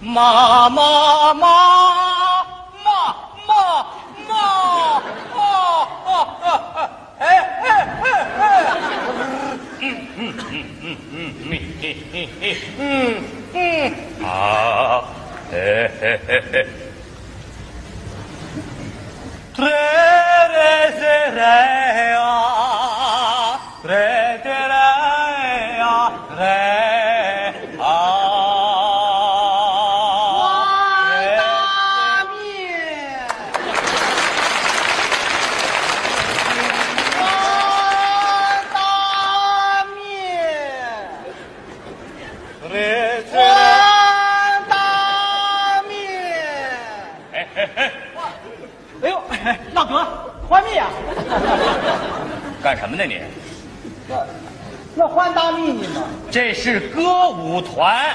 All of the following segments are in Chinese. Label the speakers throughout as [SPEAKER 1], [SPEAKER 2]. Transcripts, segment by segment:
[SPEAKER 1] 妈妈妈妈妈妈啊啊啊！哎哎哎哎！嗯嗯嗯
[SPEAKER 2] 啊，嘿嘿嘿嘿，
[SPEAKER 1] 我
[SPEAKER 3] 大面，
[SPEAKER 1] 碗大面，碗大面。哎呦，闹得换蜜啊！
[SPEAKER 2] 干什么呢你？
[SPEAKER 1] 要换大蜜你吗？
[SPEAKER 2] 这是歌舞团，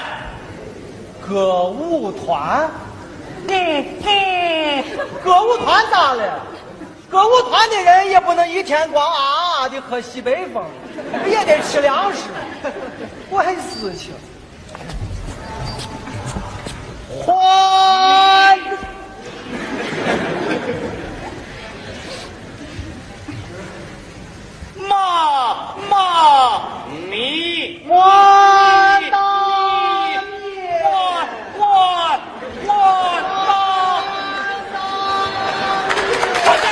[SPEAKER 1] 歌舞团，嗯嗯，歌舞团咋了？歌舞团的人也不能一天光啊啊的喝西北风，也得吃粮食，怪事情。换，
[SPEAKER 2] 妈妈你
[SPEAKER 1] 换大面，
[SPEAKER 2] 我我我妈，我叫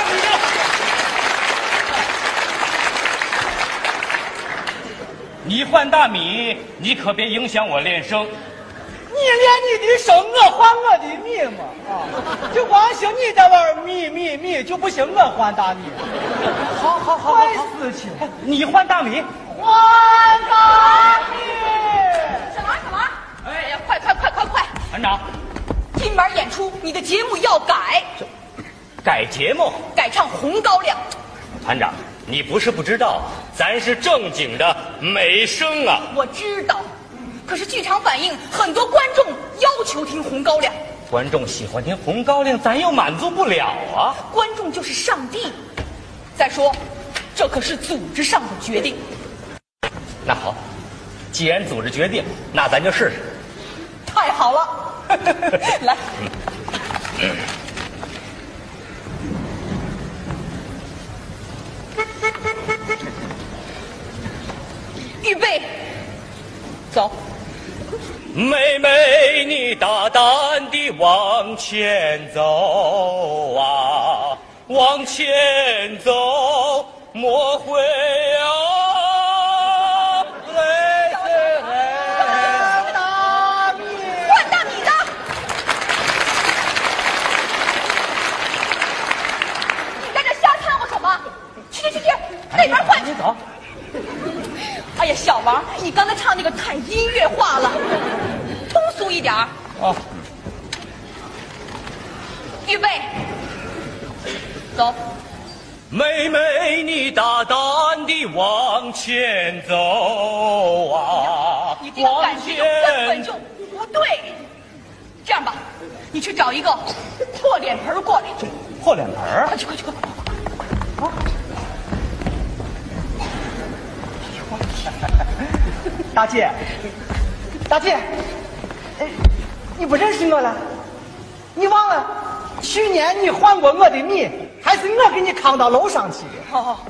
[SPEAKER 2] 你你换大米，你可别影响我练声。
[SPEAKER 1] 你练你的声，我换我的米嘛啊！就光行你在玩米米米就不行，我换大米。好好好，坏事情。
[SPEAKER 2] 你换大米，
[SPEAKER 1] 换大米，
[SPEAKER 3] 什么什么？哎呀，快快快快快！
[SPEAKER 2] 团长
[SPEAKER 3] 今晚演出，你的节目要改，
[SPEAKER 2] 改节目。
[SPEAKER 3] 改唱《红高粱
[SPEAKER 2] 团长，你不是不知道，咱是正经的美声啊。》。
[SPEAKER 3] 我知道，可是剧场反映，很多观众要求听《红高粱》，
[SPEAKER 2] 观众喜欢听红高粱，咱又满足不了啊。
[SPEAKER 3] 观众就是上帝。再说，这可是组织上的决定。
[SPEAKER 2] 那好，既然组织决定，那咱就试试。
[SPEAKER 3] 太好了， 来，预备，走，
[SPEAKER 2] 妹妹，你大胆地往前走啊，往前走，莫回啊！来来来，
[SPEAKER 1] 大米，
[SPEAKER 3] 换大米的，你在这瞎掺和什么？去去去去，那边换去。
[SPEAKER 2] 走。
[SPEAKER 3] 哎呀，小王，你刚才唱那个太音乐化了，通俗一点儿。
[SPEAKER 2] 哦，
[SPEAKER 3] 预备，走。
[SPEAKER 2] 妹妹，你大胆地往前走啊
[SPEAKER 3] 你这个感觉就根本就不对。这样吧，你去找一个破脸盆儿过来，
[SPEAKER 2] 破脸盆儿啊
[SPEAKER 3] 快去快去快去！
[SPEAKER 1] 大姐，大姐，哎，你不认识我了？你忘了去年你换过我的米，还是我给你扛到楼上去的？
[SPEAKER 3] 好好，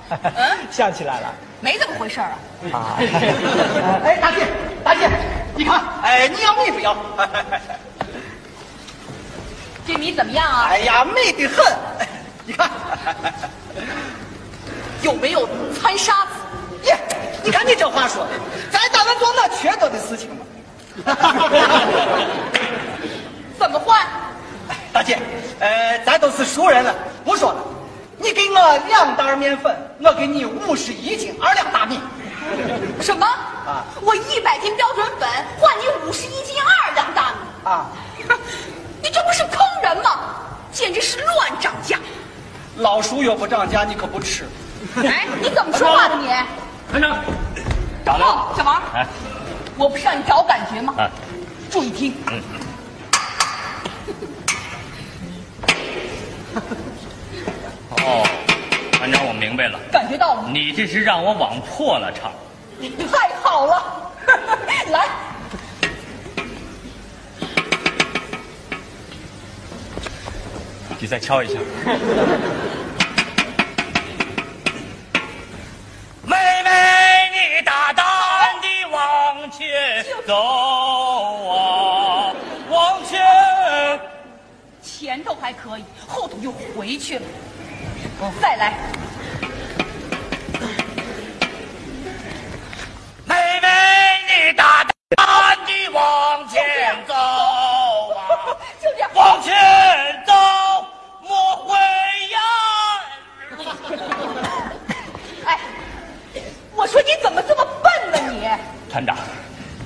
[SPEAKER 1] 想起来了
[SPEAKER 3] 没这么回事儿啊。
[SPEAKER 1] 啊！哎，大姐，大姐，你看，哎，你要米不要？
[SPEAKER 3] 这米怎么样啊？
[SPEAKER 1] 哎呀，美得很！你看，
[SPEAKER 3] 有没有掺沙子？
[SPEAKER 1] 耶，你看你这话说的，咱打算做那缺德的事情嘛。
[SPEAKER 3] 怎么换？
[SPEAKER 1] 大姐，呃，咱都是熟人了，不说了。你给我两袋面粉，我给你五十一斤二两大米。
[SPEAKER 3] 什么？啊！我一百斤标准粉换你五十一斤二两大米
[SPEAKER 1] 啊！
[SPEAKER 3] 你这不是坑人吗？简直是乱涨价！
[SPEAKER 1] 老鼠药不涨价，你可不吃。
[SPEAKER 3] 哎，你怎么说话的你？
[SPEAKER 2] 团长，找来
[SPEAKER 3] 哦，小王，
[SPEAKER 2] 哎，
[SPEAKER 3] 我不是让你找感觉吗？
[SPEAKER 2] 哎
[SPEAKER 3] 注意听。
[SPEAKER 2] 哦，团长，我明白了，
[SPEAKER 3] 感觉到了吗？
[SPEAKER 2] 你这是让我往破了唱。
[SPEAKER 3] 太好了，来，
[SPEAKER 2] 你再敲一下。 妹妹，你大胆地往前走啊，往前。
[SPEAKER 3] 前头还可以，后头又回去了。再来，
[SPEAKER 2] 妹妹，你大胆地往前走啊，
[SPEAKER 3] 就这样。
[SPEAKER 2] 往前走，莫回呀。
[SPEAKER 3] 哎，我说你怎么这么笨呢你？
[SPEAKER 2] 团长，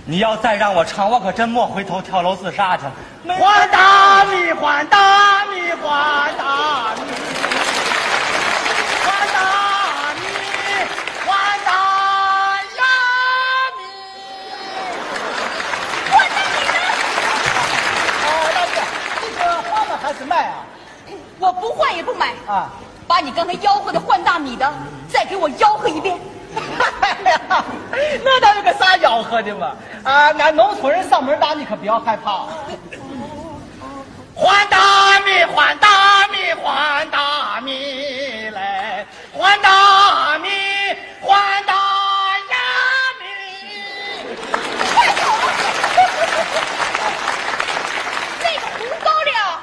[SPEAKER 2] 你要再让我唱，我可真莫回头跳楼自杀去了。妹
[SPEAKER 1] 还大米，还大米，还大米，还大米，还大呀米。我的米！哦，大姐，这个花呢还是卖啊？
[SPEAKER 3] 我不换也不买
[SPEAKER 1] 啊！
[SPEAKER 3] 把你刚才吆喝的换大米的，再给我吆喝一遍。
[SPEAKER 1] 哎呀， 那倒有个啥吆喝的嘛！啊，俺农村人嗓门大，你可不要害怕啊。还大米，还大米，还大米嘞！还大米，还大呀 米！
[SPEAKER 3] 那个红高粱，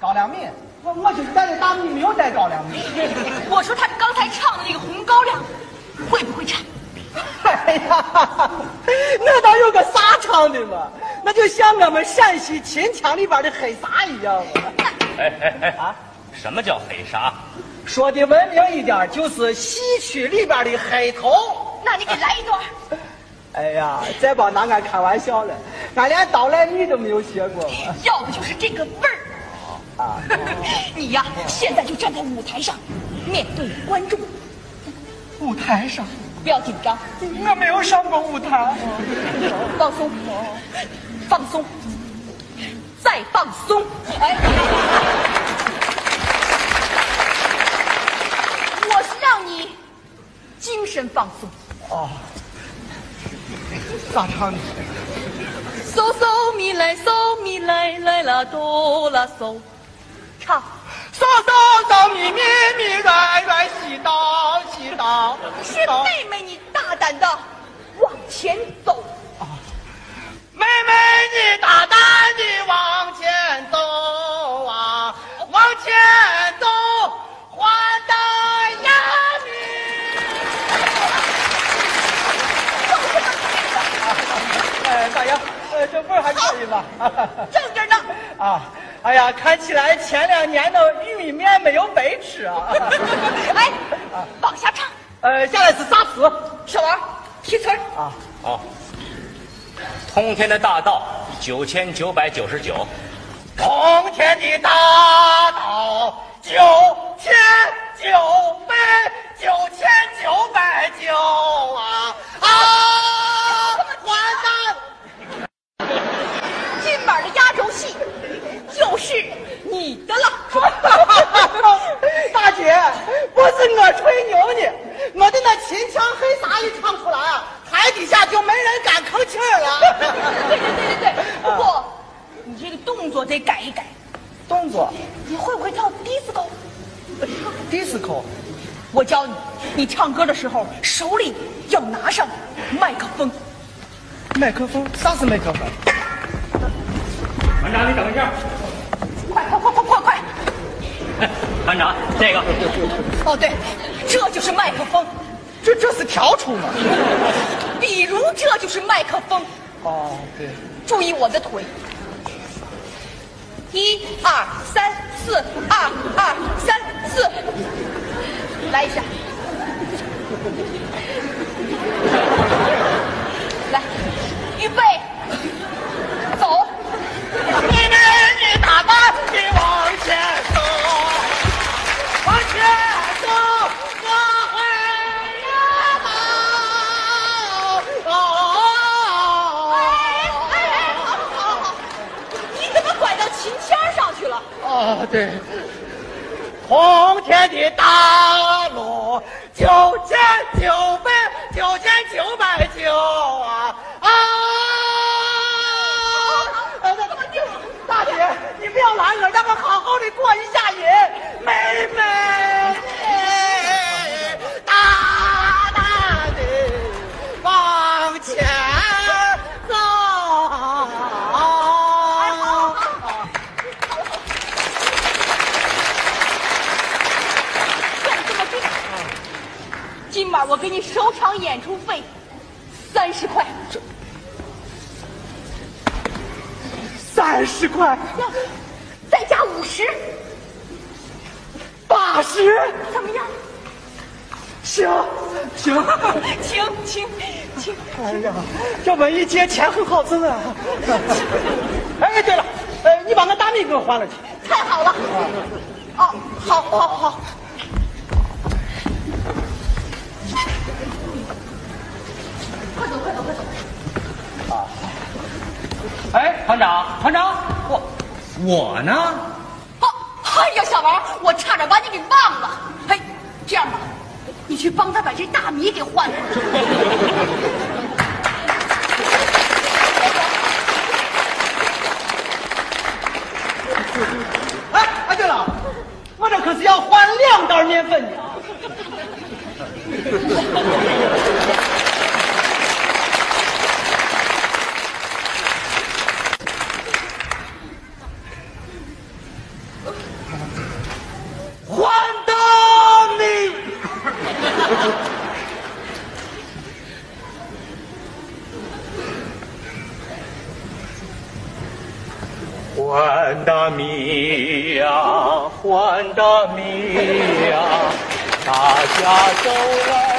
[SPEAKER 1] 高粱米，我我就是带的大米，没有带高粱米。
[SPEAKER 3] 我说他刚才唱的那个红高粱，会不会唱？
[SPEAKER 1] 哎呀， 那倒有个啥唱的嘛？那就像我们陕西秦腔里边的黑啥一样嘛。
[SPEAKER 2] 哎哎哎，
[SPEAKER 1] 啊。
[SPEAKER 2] 什么叫黑啥？
[SPEAKER 1] 说的文明一点，就是戏曲里边的黑头。
[SPEAKER 3] 那你给来一段。
[SPEAKER 1] 哎呀，再别拿俺开玩笑了，俺连刀来女都没有学过嘛。
[SPEAKER 3] 要不就是这个味儿。
[SPEAKER 1] 啊，
[SPEAKER 3] 你呀，现在就站在舞台上，面对观众，
[SPEAKER 1] 舞台上，
[SPEAKER 3] 不要紧张，
[SPEAKER 1] 我没有上过舞台。
[SPEAKER 3] 放松，放松，再放松。哎，我是让你精神放松，
[SPEAKER 1] 哦，咋唱的？
[SPEAKER 3] 嗦嗦咪来嗦咪来来啦哆啦嗦，唱。
[SPEAKER 1] 嗦嗦嗦咪咪咪来来西哆西哆
[SPEAKER 3] 是妹妹，你大胆的往前走，
[SPEAKER 1] 妹妹，你大胆地往前走啊，往前走，还大呀你！ 哎，大爷，呃，这味儿还可以吧？
[SPEAKER 3] 正 着呢。
[SPEAKER 1] 啊，哎呀，看起来前两年的玉米面没有白吃啊。
[SPEAKER 3] 哎，往下唱，
[SPEAKER 1] 呃，下来是啥词
[SPEAKER 3] 小王提词儿。
[SPEAKER 1] 啊？
[SPEAKER 2] 哦，通天的大道九千九百九十九，
[SPEAKER 1] 通天的大道九千九百九千九百九啊啊！完蛋！
[SPEAKER 3] 今晚的压轴戏就是你的
[SPEAKER 1] 了
[SPEAKER 3] 了。
[SPEAKER 1] 大姐，不是我吹牛呢，我的那秦腔黑啥一唱出来啊，台底下就没人敢吭气儿了。
[SPEAKER 3] 对对对对对，不过你这个动作得改一改。
[SPEAKER 1] 动作
[SPEAKER 3] 你会不会跳迪斯科？
[SPEAKER 1] ，disco，
[SPEAKER 3] 我教你，你唱歌的时候手里要拿上麦克风。
[SPEAKER 1] 麦克风，啥是麦克风？
[SPEAKER 2] 团长你等一下，
[SPEAKER 3] 快快快快快快！
[SPEAKER 2] 团长这个
[SPEAKER 3] 哦对，这就是麦克风。
[SPEAKER 1] 这这是调出吗？
[SPEAKER 3] 比如这就是麦克风，
[SPEAKER 1] 哦，对，
[SPEAKER 3] 注意我的腿。一二三四，二二三四，来一下，来，预备，走，
[SPEAKER 1] 妹妹，你大胆地往前走，往前走，我会呀嘛。
[SPEAKER 3] 哎哎，好好好，你怎么拐到秦腔上去了？
[SPEAKER 1] 哦，对，通天的大路九千九百九千九百九啊啊！哎大姐，你不要拦我，让我好好的
[SPEAKER 3] 得过一下瘾，妹妹，
[SPEAKER 1] 大大的往前走。
[SPEAKER 3] 就这么定。今晚我给你首场演出费三十块，
[SPEAKER 1] 三十块，
[SPEAKER 3] 呀再加五十，
[SPEAKER 1] 八十，
[SPEAKER 3] 怎么样？
[SPEAKER 1] 行行。
[SPEAKER 3] 请请请，
[SPEAKER 1] 哎呀，这文艺节钱很好挣啊！哎，对了，呃，你把那大米给我还了去。
[SPEAKER 3] 太好了！哦，好，好，好。
[SPEAKER 2] 哎，团长，团长，我我呢？
[SPEAKER 3] 哦，哎呀，小王，我差点把你给忘了。嘿，这样吧，你去帮他把这大米给换了。
[SPEAKER 1] 哎哎，对了，我这可是要换两袋面粉的啊！换到你。
[SPEAKER 2] 换大米呀，换大米呀，大家都来